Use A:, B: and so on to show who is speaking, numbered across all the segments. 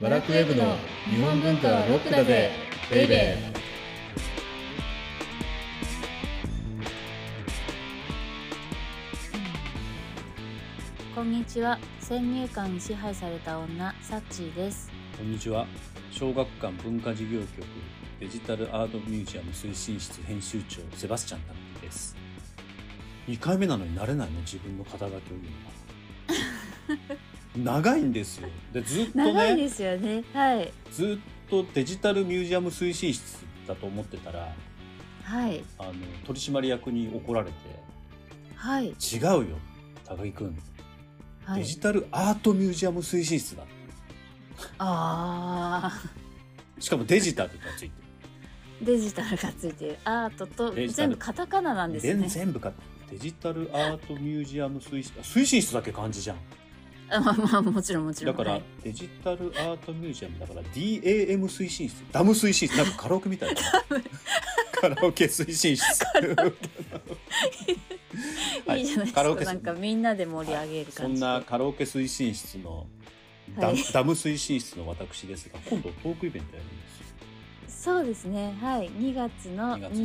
A: バラクウェブの日本文化はロックだぜベイベー
B: こんにちは先入観に支配された女サッチーです
C: こんにちは小学館文化事業局デジタルアートミュージアム推進室編集長セバスチャン隆之です2回目なのに慣れないの自分の肩書きを言う のが長いんですよでずっと
B: 長い
C: ね
B: ですよねはい
C: ずっとデジタルミュージアム推進室だと思ってたら
B: はい
C: あの取締役に怒られて
B: はい
C: 「違うよ高木君、
B: は
C: デ
B: い
C: ジタルアートミュージアム推進室だ」
B: あ
C: しかもデジタルがついて
B: ー
C: る
B: デジタルがついてるアートと
C: デジタル
B: 全部カタカナなんです
C: 全
B: ね
C: 全部かデジタルアートミュージアム推進あ推進室だけ漢字じゃん
B: あまあまあもちろんもちろ
C: だ
B: ん
C: から、
B: はい
C: デジタルアートミュージアムだから DAM 推進室ダム推進室なんかカラオケみた いなカラオケ推進室はい
B: いじゃないです
C: カラ
B: か
C: オケ
B: なんかみんなで盛り上げる
C: そ
B: 感
C: ん
B: じで、
C: なカラオケ推進室のダ,、
B: はい
C: ダム推進室の私ですが今度トークイベントやるんですよ
B: そうですねはい2月の
C: 2月の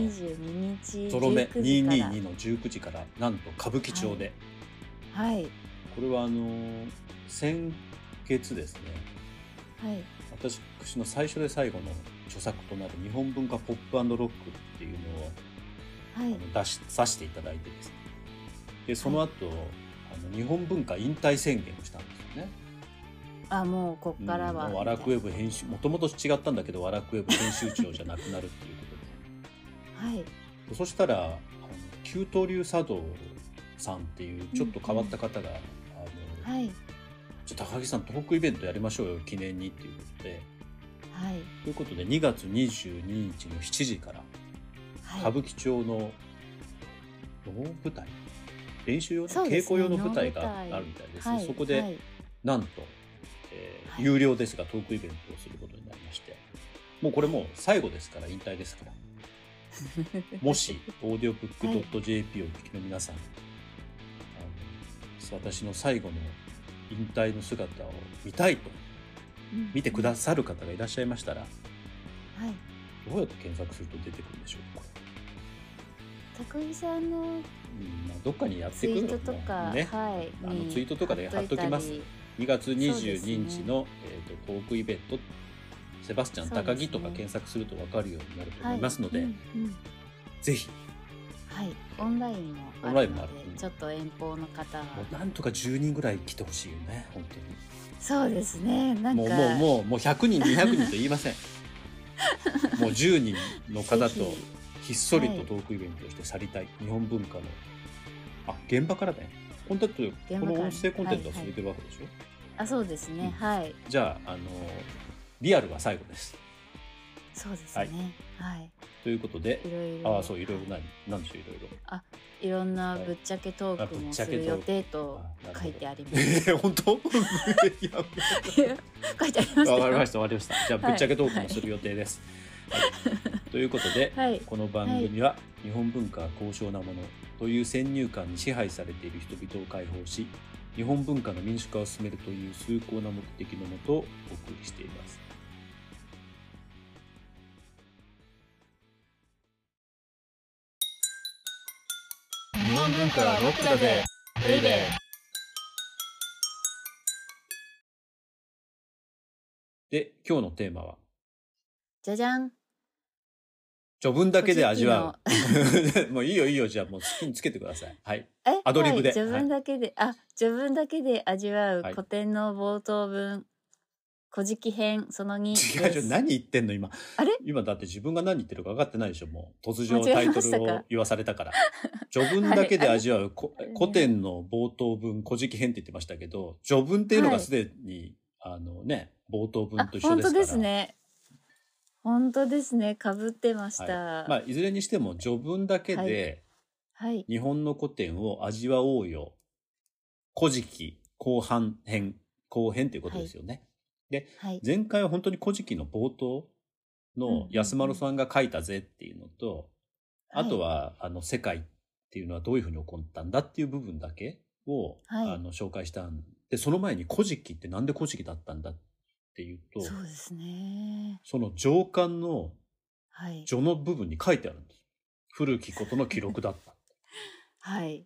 B: 22日
C: ゾロ目
B: 19時から
C: 222の19時からなんと歌舞伎町で、
B: はい
C: これはあのー先月ですね
B: はい
C: 私の最初で最後の著作となる日本文化ポップロックっていうのを
B: はい
C: あの出しさせていただいてですねでその後、あの日本文化引退宣言をしたんですよね。
B: あもうこっからは
C: うんワラクウェブ編集もともと違ったんだけどワラクウェブ編集長じゃなくなるっていうこと
B: はい
C: ででそしたらあの旧東流茶道さんっていうちょっと変わった方が「あの
B: はい
C: じゃあ高木さんトークイベントやりましょうよ記念に」っていうことで
B: はい
C: ということで2月22日の7時から
B: はい
C: 歌舞伎町の能舞台練習用の、
B: そうで
C: 稽
B: すね
C: 古用の舞台
B: 能
C: が
B: 舞台
C: あるみたいですね、
B: はい
C: そこで、
B: はい
C: なんと、えー
B: はい
C: 有料ですがトークイベントをすることになりましてもうこれもう最後ですから引退ですからもしオーディオブック .jp をお聞きの皆さん、あの私の最後の引退の姿を見たいと
B: うん
C: 見てくださる方がいらっしゃいましたら
B: はい
C: どうやって検索すると出てくるんでしょうかこれ
B: 高木さんの
C: うんまあ、どっかにやって
B: ツ
C: く
B: イ
C: る
B: ー
C: の
B: ト
C: か
B: と
C: な
B: か、
C: ね、
B: はい
C: あの
B: に
C: ツイートとかで貼っときます
B: 貼い
C: 2月
B: そうで
C: 22
B: す
C: 日
B: ね
C: の、えーとトークイベント「セバスチャン
B: そうですね
C: 高木」とか検索すると分かるようになると
B: たり
C: 思いますので、
B: はいうんうん
C: ぜひ
B: はいオンラインもあるので
C: オンラインもある
B: ちょっと遠方の方は
C: もうなんとか10人ぐらい来てほしいよね本当に
B: そうですねなんか
C: もうもうもうもう100人200人と言いま せんもう10人の方
B: ぜ
C: と
B: ひ
C: ひっそり
B: は
C: と
B: い
C: トークイベントをして去りたい、日本文化のあ現場からねコンテンツ
B: から
C: この音声コンテンツは続いてるわけでしょ、
B: あそうですね、
C: うん
B: はい
C: じゃああのリアルは最後です
B: そうですねはい、
C: ということで
B: い、ろいろ
C: ああそういろいろないなんでしょういろいろ
B: いろんなぶっちゃけトーク
C: あぶ
B: も
C: っち
B: す
C: ゃけトー
B: る
C: ク
B: 予定と
C: あなるほど
B: 書いてあり ます
C: えー、本当いや
B: 書いてあります
C: わかりま
B: し
C: した、わかりました。じゃあ、
B: はい
C: ぶっちゃけトークもする予定です。はいということで、
B: はい
C: この番組は、日本文化は高尚なものという先入観に支配されている人々を解放し、日本文化の民主化を進めるという崇高な目的のもと、お送りしています。
A: 日本文化はロックだぜベイベー
C: で、今日のテーマは、
B: じゃじゃん
C: 序文だけで味わう。も ういいよいいよ、じゃあもう好きにつけてください。はい。
B: え
C: アドリブで
B: はい、序文だけで、あ序文だけで味わう
C: はい
B: 古典の冒頭文、古事記編その2です
C: 違う違う、何言ってんの今。
B: あれ
C: 今だって自分が何言ってるか分かってないでしょ、もう。突
B: 間
C: 如
B: 違
C: タ
B: え
C: イ
B: ま
C: ト
B: したか
C: ルを言わされ たから。序文だけで味わう、こ
B: あれ
C: 古典の冒頭文、古事記編って言ってましたけど、序文っていうのがすでに、あのね、冒頭文
B: あ
C: と一緒
B: 本
C: です
B: 当
C: から。
B: ですね本当ですねかぶってました
C: はい。ま
B: は
C: あ、いずれにしても、序文だけで
B: い、はい
C: 日本の古典を味わおうよ。古事記後半編、後編ということですよね。前回は本当に古事記の冒頭
B: うんうんう
C: の
B: ん
C: 安丸さんが書いたぜっていうのと、
B: はい
C: あとは、あの、世界っていうのはどういうふうに起こったんだっていう部分だけを、
B: はい
C: あの、紹介したんで、その前に古事記ってなんで古事記だったんだっていうと、
B: そうですね。
C: その上巻の
B: はい。
C: 序の部分に書いてあるんです。古きことの記録だった。
B: はい。
C: っ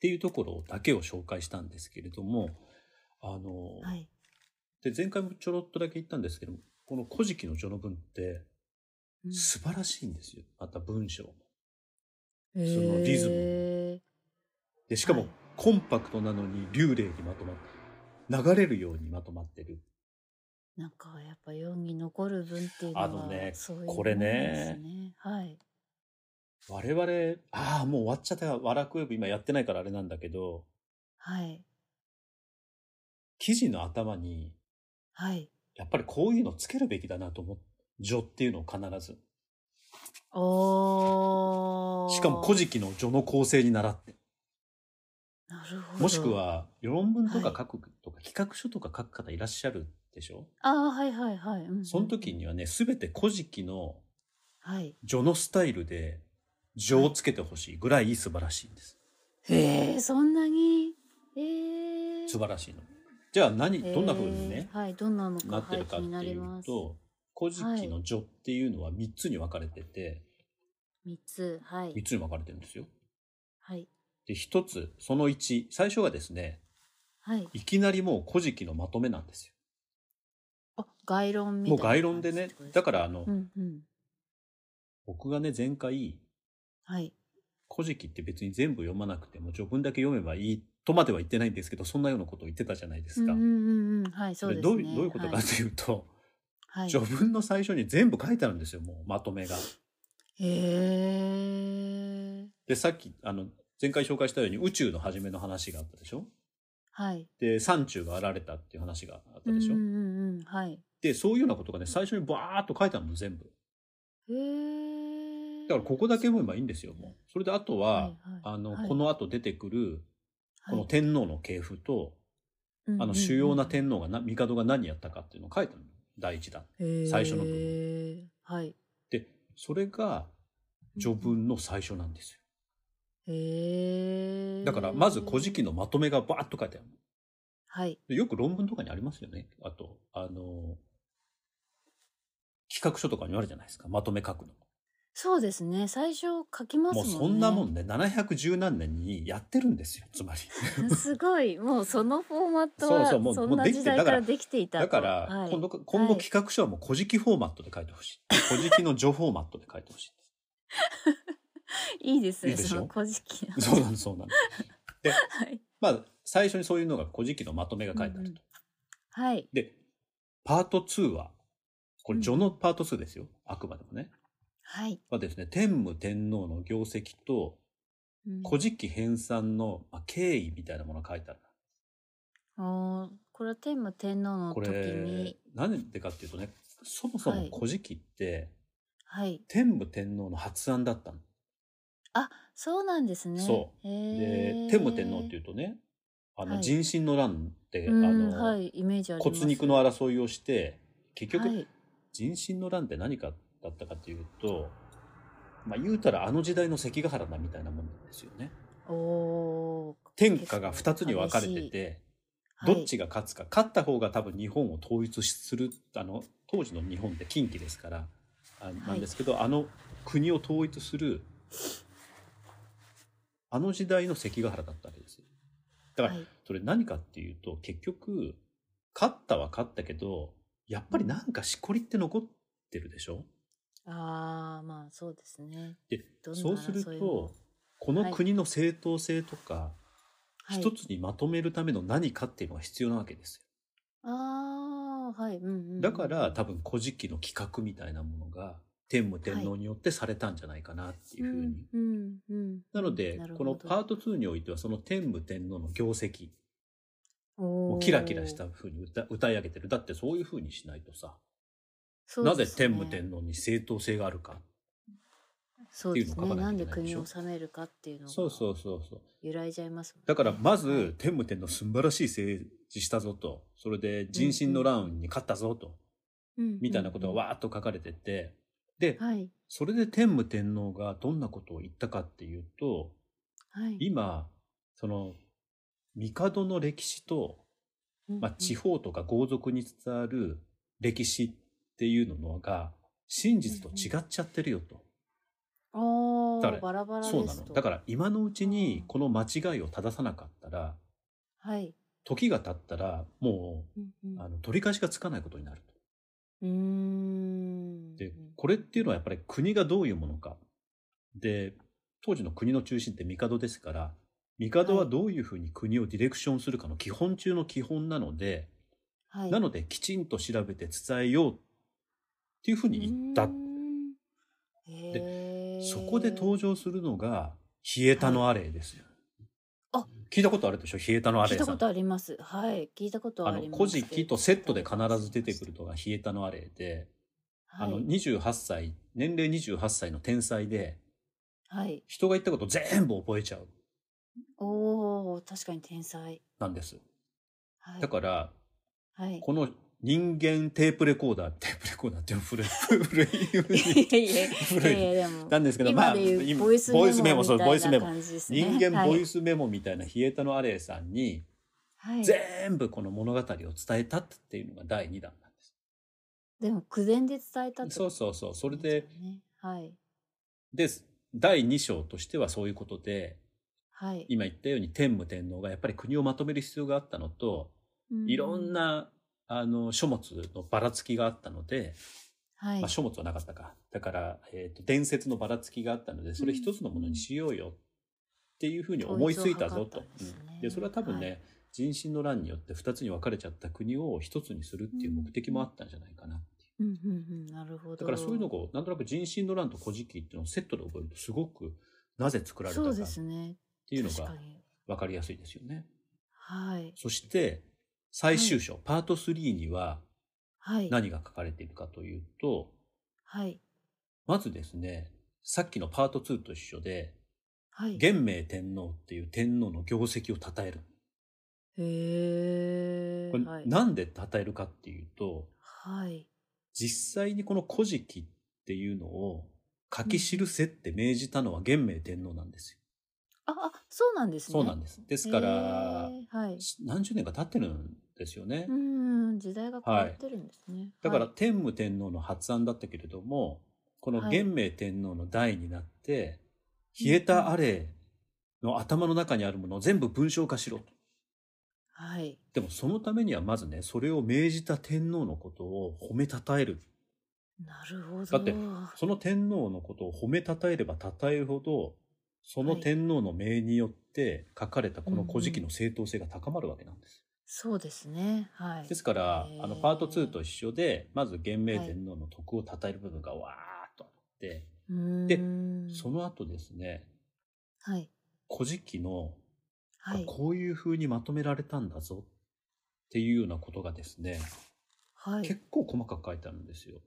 C: ていうところだけを紹介したんですけれども、あの、
B: はい。
C: で前回もちょろっとだけ言ったんですけども、この古事記の序の文って
B: うん
C: 素晴らしいんですよ。また文章も。
B: そ
C: のリズム
B: ム。
C: で、しか
B: は
C: も
B: い
C: コンパクトなのに流麗にまとまって、流れるようにまとまってる。
B: なんかやっぱ世に残る文っていうの
C: あ
B: は
C: のね
B: そういう
C: これね
B: ものなんですね。はい。
C: 我々、ああ、もう終わっちゃったよ。ワラクウェブ今やってないからあれなんだけど、
B: はい。
C: 記事の頭に、
B: はい。
C: やっぱりこういうのつけるべきだなと思って、序っていうのを必ず。
B: おー。
C: しかも古事記の序の構成に習って。
B: なるほど。
C: もしく。は、論文とか書くとか、企画書とか書く方いらっしゃるでしょ
B: ああ、はいはいはい。うんうん
C: その時にはね、すべて古事記の
B: はい。
C: 序のスタイルで、序をつけてほしいぐらい素晴らしいんです。
B: へえ、そんなに。ええ。
C: 素晴らしいの。じゃあ何、
B: へー
C: どんな風にね、
B: はい、どんなのか、
C: なって
B: は
C: る
B: い、
C: か
B: 気
C: って
B: になり
C: い
B: ま
C: う
B: す。
C: と、古事記の序っていうのは3つに分かれてて、
B: 三つ、は
C: 3
B: い。
C: つに分かれてるんですよ。
B: はい。
C: で、1つ、その1、最初がですね、
B: はい。
C: いきなりもう古事記のまとめなんですよ。
B: あ、概論みた
C: も
B: いうな。
C: 概論でね、だからあの、
B: ら。うんうん。
C: 僕がね、前回、
B: はい。
C: 古事記って別に全部読まなくても序文だけ読めばいいとまでは言ってないんですけどそんなようなことを言ってたじゃないで
B: う
C: す
B: んう
C: か。
B: んうんうん。はい、そうです
C: どう
B: ね。
C: どういうことか
B: はい
C: というと、
B: はい。
C: 序文の最初に全部書いてあるんですよもうまとめが。
B: へえ。
C: でさっきあの前回紹介したように宇宙の初めの話があったでしょ
B: はい。
C: で山中が現れたっていう話があったでしょ、
B: うんうんうんうん。はい。
C: でそういうようなことがね最初にバーっと書いてあるの全部
B: へえ。
C: だからここだけ読めばいいんですよもうそれであとは、
B: はいはい
C: あの
B: はい
C: このあと出てくるこの天皇の系譜と、
B: はい
C: あの主要な天皇がな帝が何やったかっていうのを書いてあるの第一弾。最初の部分
B: 分。はい。
C: でそれが序文の最初なんですよ、
B: へえ。
C: だからまず「古事記」のまとめがバーッと書いてある
B: はい。
C: でよく論文とかにありますよねあとあの企画書とかにあるじゃないですかまとめ書くの
B: そうですね。最初書きますも
C: もうん
B: ね。
C: そんなもんね710何年にやってるんですよつまり
B: すごいもうそのフォーマットは
C: そうそうもう
B: そん
C: もう
B: な
C: できて
B: 時代
C: だか
B: かららできていた
C: だ
B: と
C: から、
B: はい
C: 今度今後
B: はい
C: 企画書はもう「古事記」フォーマットで書いてほしい「古事記」の序フォーマットで書いてほしい
B: いいですね
C: いいでし
B: そ
C: ょ
B: の古事記の
C: そうなのそうなので
B: はい
C: まあ最初にそういうのが「古事記」のまとめが書いてあると、
B: うんうんはい
C: で、パート2は、これ序のパート2ですよ。あくまでもね。
B: はい、
C: はですね、天武天皇の業績と、
B: うん
C: 古事記編纂の、まあ、経緯みたいなものが書いてある。
B: おーこれは天武天皇の
C: こ
B: 時
C: れ
B: に、
C: なんでかっていうとね、そもそ
B: は
C: も
B: い
C: 古事記って、
B: はい
C: 天武天皇の発案だったの。
B: あそうなんですね
C: そ
B: へ
C: で
B: ー、
C: 天武天皇っていうとね、あ
B: は
C: の、
B: い
C: 人心の乱って、
B: うん
C: あの、
B: はいイメージあります
C: 骨肉の争いをして、結局、
B: はい
C: 人心の乱って何かだったかというと、まあ、言うたらあの時代の関ヶ原だみたいなもんなんですよね。
B: おー
C: 天下が2つに分かれてて、
B: はい
C: どっちが勝つか、勝った方が多分日本を統一するあの当時の日本って近畿ですからあなんですけど、あの国を統一するあの時代の関ヶ原だったわけですよ。だから、
B: はい
C: それ何かっていうと結局勝ったは勝ったけどやっぱりなんかしこりって残ってるでしょ、
B: ああまあそうですね
C: で
B: どんな
C: そうする
B: 争いも
C: とこの国の正当性とか、
B: はい
C: 一つにまとめるための何かっていうのが必要なわけです
B: ああはいうんうんうん
C: よだから多分「古事記」の企画みたいなものが天武天皇によってされたんじゃないかなっていうふうに、
B: うんうんうん
C: なので
B: なる
C: こ
B: ほ
C: の
B: ど
C: パート2においてはその天武天皇の業績
B: お
C: を
B: ー
C: キラキラしたふうに歌歌い上げてるだってそういうふうにしないとさ、
B: そう
C: な
B: で
C: ぜ
B: すね
C: 天武天皇に正当性があるか
B: そうです
C: っていうのを書
B: ね。
C: かな
B: なん
C: きゃ
B: で
C: いけないでし
B: 国
C: ょ
B: を治めるかっていうのが
C: そうそうそうそう
B: 揺らいじゃいますもんね、
C: だからまず、
B: はい
C: 天武天皇素晴らしい政治したぞとそれで人心の乱に勝ったぞと、みたいなことがわーっと書かれてて、で、
B: はい
C: それで天武天皇がどんなことを言ったかっていうと
B: はい
C: 今その帝の歴史とまあ、地方とか豪族に伝わる歴史っていうのが真実と違っちゃってるよと。
B: お
C: だから
B: ーバラバラです
C: そ
B: と
C: うなの。だから今のうちにこの間違いを正さなかったら、
B: はい、
C: 時が経ったらも
B: うんう
C: うあ
B: ん
C: の取り返しがつかないことになると。
B: うーん
C: で、これっていうのはやっぱり国がどういうものか。で、当時の国の中心って帝ですから、帝はどういうふうに国をディレクションするかの基本中の基本なので、
B: はい、
C: なのできちんと調べて伝えようっていうふうに言った
B: うー。んへー
C: そこで登場するのが、冷えたのアレイですよ。
B: はいあ
C: 聞いたことあるでしょ冷えたのア
B: 聞
C: レ
B: い
C: イさ
B: た
C: ん。
B: ことありますはい聞いたことは
C: あ
B: あ
C: の
B: り、ます
C: 古事記とセットで必ず出てくるのが冷えたのアレイで、
B: はい
C: あの、28歳、年齢28歳の天才で、
B: はい
C: 人が言ったこと全部覚えちゃう、
B: おお確かに天才
C: なんです。
B: はい
C: だから、
B: はい
C: この人間テープレコーダー、テープレ コーダーっていうの古い、古い、古
B: い
C: い、
B: やいやい
C: 古
B: や
C: い。
B: いやでも
C: なんですけど、ま
B: 今
C: あ、
B: でいう
C: 今
B: ボイス
C: ボイスメ
B: メ
C: モ、
B: モ
C: そう、
B: み
C: ボイス
B: たい
C: メ
B: な
C: モ。
B: 感じですね
C: 人間ボイ
B: ス
C: スメモみたいな冷えたのアレイさんに、
B: はいはい
C: 全部この物語を伝えたっていうのが第2弾なんです。
B: でも苦伝で伝えたって
C: そう
B: こ
C: そうそう。
B: と
C: それ
B: なんです
C: で
B: よ、ねはい
C: で、第2章としてはそういうことで、
B: はい
C: 今言ったように天武天皇がやっぱり国をまとめる必要があったのと、いろん、な、あの、書物のばらつきがあったので、
B: うんはい
C: まあ、書物はなかったか。だから、えーと、伝説のばらつきがあったので、それ一つのものにしようよっていうふうに思いついたぞ
B: 統一を図
C: と。
B: ったんですね
C: うんで、それは多分ね、
B: は
C: 人心の乱によって二つに分かれちゃった国を一つにするっていう目的もあったんじゃないかな。
B: うんうんうんなるほど
C: だからそういうのを、なんとなく人心の乱と古事記っていうのをセットで覚えると、すごくなぜ作られたか
B: そう
C: っ
B: ですね
C: ていうの
B: 確
C: が
B: かに
C: 分かりやすいですよね。
B: はい
C: そして、最終章、パート3には
B: はい
C: 何が書かれているかというと、
B: はい
C: まずですね、さっきのパート2と一緒で、
B: はい
C: 元明天皇っていう天皇の業績を称える。
B: へえ
C: これ、
B: はい
C: なんで称えるかっていうと、
B: はい
C: 実際にこの古事記っていうのを書き記せって命じたのは元明天皇なんですよ。
B: ああそうなんですね
C: そうなん
B: で
C: です。ですから、
B: はい
C: 何十年か経ってるんですよね
B: う。ん時代が変わってるんですね
C: だから
B: はい
C: 天武天皇の発案だったけれども、この元明天皇の代になって、
B: い
C: 冷えたアレイの頭の中にあるものを全部文章化しろと。
B: はい
C: でもそのためにはまずね、それを命じた天皇のことを褒めたたえる。
B: なるほど
C: だってその天皇のことを褒めたたえればたたえるほど、その天皇の命によって書かれたこの古事記の正当性が高まるわけなんです。
B: そうですねはい
C: ですから
B: へ、ー
C: あの、パート2と一緒で、まず元明天皇の徳をたたえる部分がわーっとあって、
B: うーん
C: その後ですね、
B: はい
C: 古事記の、
B: はい
C: こういう風にまとめられたんだぞっていうようなことがですね、
B: はい
C: 結構細かく書いてあるんですよ。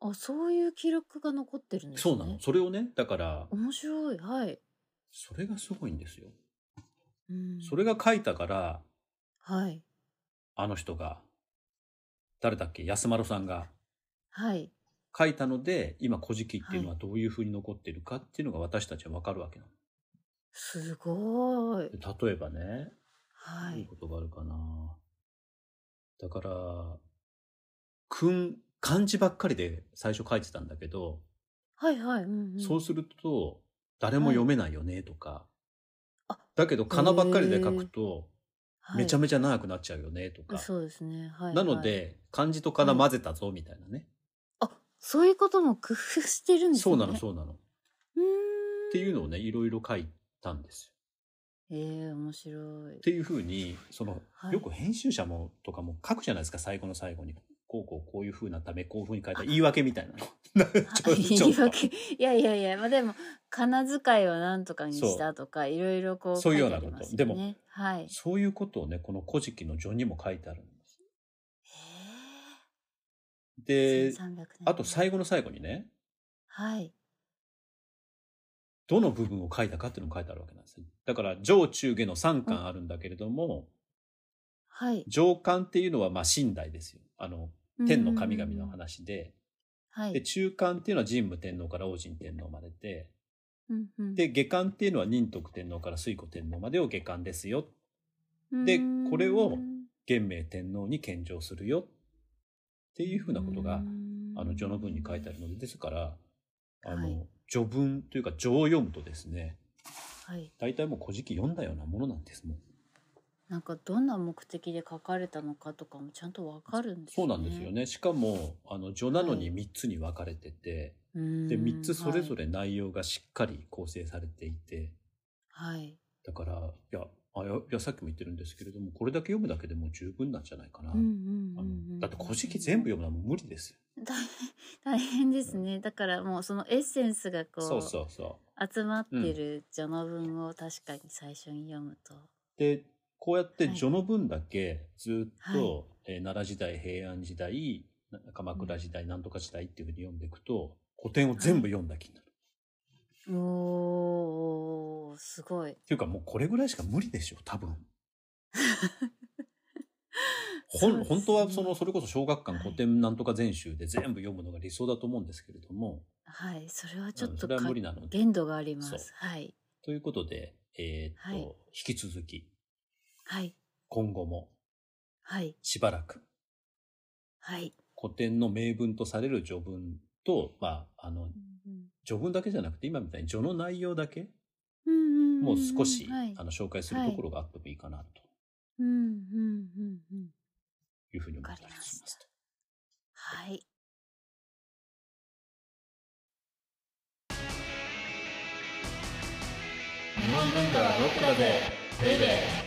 B: あそういう記録が残ってるんですね
C: そうなの。それをね、だから、
B: 面白いはい
C: それがすごいんですよ。
B: うん
C: それが書いたから、
B: はい
C: あの人が、誰だっけ、安丸さんが
B: はい
C: 書いたので、今、古事記っていうのはどういう風に残ってるかっていうのが私たちはわかるわけな
B: すごい
C: の。で例えばね、
B: は
C: どういう
B: い
C: ことがあるかな。だから、くん、漢字ばっかりで最初書いてたんだけど、
B: はいはいうんうん
C: そうすると、誰も読めないよね、とか。
B: あ
C: だけど、仮名ばっかりで書くと、
B: はい
C: めちゃめちゃ長くなっちゃうよね、とか。
B: そうですねはい
C: なの
B: はい
C: で、漢字と仮名混ぜたぞ、みたいなね。
B: あそういうことも工夫してるんですね
C: そうなの、
B: う
C: そうなの。っ
B: ーん
C: ていうのをね、いろいろ書いたんですよ。
B: ええ面白い
C: っていうふうに、その、
B: はい
C: よく編集者も、とかも書くじゃないですか、最後の最後に。こうこうこういうふうなため、こういうふうに書いた言い訳みたい なの。 ちょちょ
B: 言
C: っ
B: い
C: と
B: 訳いやいやいやまあでも仮名遣いをなんとかにしたとかいろいろこう
C: そういうよう
B: 書
C: な
B: てあ
C: こ
B: り
C: と
B: ますよね
C: でも
B: はい
C: そういうことをね、この古事記の序にも書いてあるんです。
B: へえ
C: で、
B: 1300年
C: あと最後の最後にね、
B: はい
C: どの部分を書いたかっていうのも書いてあるわけなんですよ。だから、上中下の3巻あるんだけれども、
B: はい
C: 上巻っていうのは、まあ、神代ですよ。あの、天の神々の
B: うん
C: 話で、
B: は
C: で、
B: い
C: 中間っていうのは神武天皇から王神天皇までで、
B: うんうん
C: で、下巻っていうのは仁徳天皇から推古天皇までを下巻ですよ。でこれを元明天皇に献上するよっていうふうなことが、あの序の文に書いてあるのでですからあの、
B: はい
C: 序文というか序を読むとですね
B: はい、
C: 大体もう古事記読んだようなものなんですもん。
B: なんかどんな目的で書かれたのかとかもちゃんとわかるんですね。
C: そうなんですよ。ね。しかも、あの、序なのに
B: は
C: 3つに分かれてて、
B: で
C: で、3つそれぞれ内容がしっかり構成されていて、
B: はい、はい
C: だから、いや、あいやいやさっきも言ってるんですけれども、これだけ読むだけでも十分なんじゃないかな。
B: うんうんうんう
C: あ
B: んう
C: の
B: ん
C: だって、古事記全部読むのはもう無理ですよ。
B: 大変大 変ですね。だからもうそのエッセンスがこう
C: そうそうそ
B: 集まってる序の文を確かに最初に読むと、
C: う。で、こうやって
B: はい
C: 序の分だけずっと、
B: は
C: えー奈良時代、平安時代、な鎌倉時代、なんとか時代っていうふうに読んでいくと、古典を全部読んだ気になる。
B: おーすごい。
C: っていうかもうこれぐらいしか無理でしょ 多分
B: そう
C: ほ
B: です
C: ん
B: ね
C: 本当はそのそれこそ小学館
B: はい
C: 古典なんとか全集で全部読むのが理想だと思うんですけれども、
B: はい、それはちょ
C: う
B: っ
C: ん
B: と
C: それは
B: か
C: 無理なので
B: 限度がありま
C: そう
B: す。はい
C: ということで、えーっと
B: はい
C: 引き続き
B: はい
C: 今後も
B: はい
C: しばらく
B: はい。
C: 古典の名文とされる序文と、まあ、あの序文だけじゃなくて今みたいに序の内容だけ
B: うんうんんん
C: もう少し、
B: はい
C: あの紹介するところがあってもいいかなと
B: うんうんうんうん。
C: いうふうに思っ
B: わか
C: た
B: り
C: り
B: ま
C: し
B: し
C: ますと。
B: はい。
A: 日本文化はロックだぜベイベー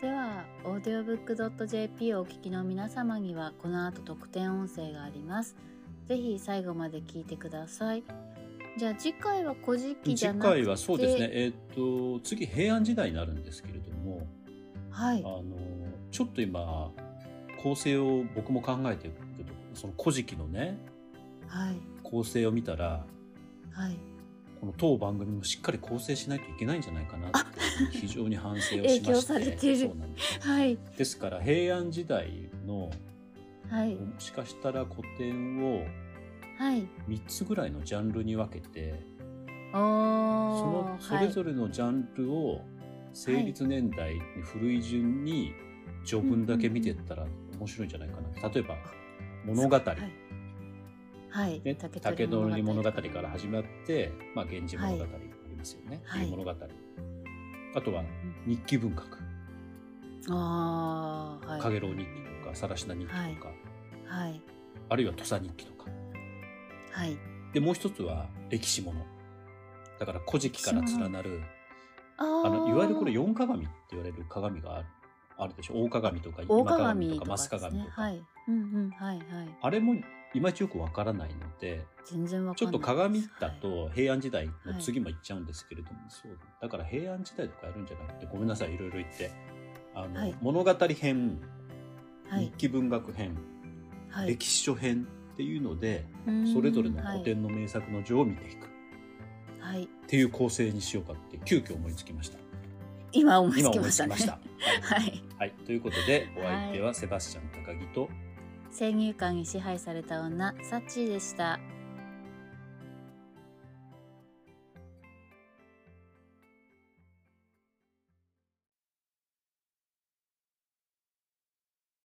B: では audiobook.jp をお聞きの皆様にはこの後特典音声がありますぜひ最後まで聞いてくださいじゃあ次回は古事記じ
C: 次
B: ゃなくて
C: 回はそうですね、えーっと次平安時代になるんですけれども、
B: は
C: あ
B: い
C: のちょっと今構成を僕も考えてるとこその古事記のね
B: はい
C: 構成を見たら
B: はい
C: この当番組もしっかり構成しないといけないんじゃないかなって非常に反省をしまして
B: 影響されてる
C: そうなんですよ
B: はい
C: ですから平安時代の
B: はい
C: もしかしたら古典を
B: はい
C: 3つぐらいのジャンルに分けて
B: お
C: その
B: ー
C: それぞれのジャンルを成立年代に古い順に序文だけ見てったら面白いんじゃないかな。例えば物語、
B: はい、はい
C: ね、
B: 竹
C: 竹
B: 取
C: 取
B: 物
C: 物
B: 語
C: 語から始まって、まあ、源氏物語ありますよね。
B: はい
C: 冬物語。あとは日記文学、
B: ああはい
C: かげろう日記とか、さらしな日記とか、
B: はいはい
C: あるいは土佐日記とか。
B: はい
C: で、もう一つは歴史物。だから古事記から連なる、
B: あ
C: あ
B: ー
C: のいわゆるこれ四鏡って言われる鏡があるあるでしょ大鏡とか
B: 大
C: 今鏡
B: 鏡と
C: とか
B: かで
C: マス
B: すね
C: 鏡とか、
B: はいうんうんはいはい
C: あれもいまいちよくわからないので
B: 全然わか
C: ちょ
B: ん
C: っ
B: ないで
C: と
B: す
C: 鏡
B: は
C: だ
B: い
C: と平安時代の次も行っちゃうんですけれども、そうだから平安時代とかやるんじゃなくてごめんなさいいろいろ言ってあの、
B: はい
C: 物語編
B: はい
C: 日記文学編、
B: はい、
C: 歴史書編っていうのでそれぞれの古典の名作の序を見ていくっ
B: うん、はいはい、
C: ていう構成にしようかって急遽思いつきました。
B: 今思い
C: 今
B: つき
C: 思い
B: ま
C: つ
B: し
C: き
B: た
C: ま
B: ね
C: した。
B: はい
C: はい、ということでお相手はセバスチャン高木と、
B: 先入観に支配された女サッチーでした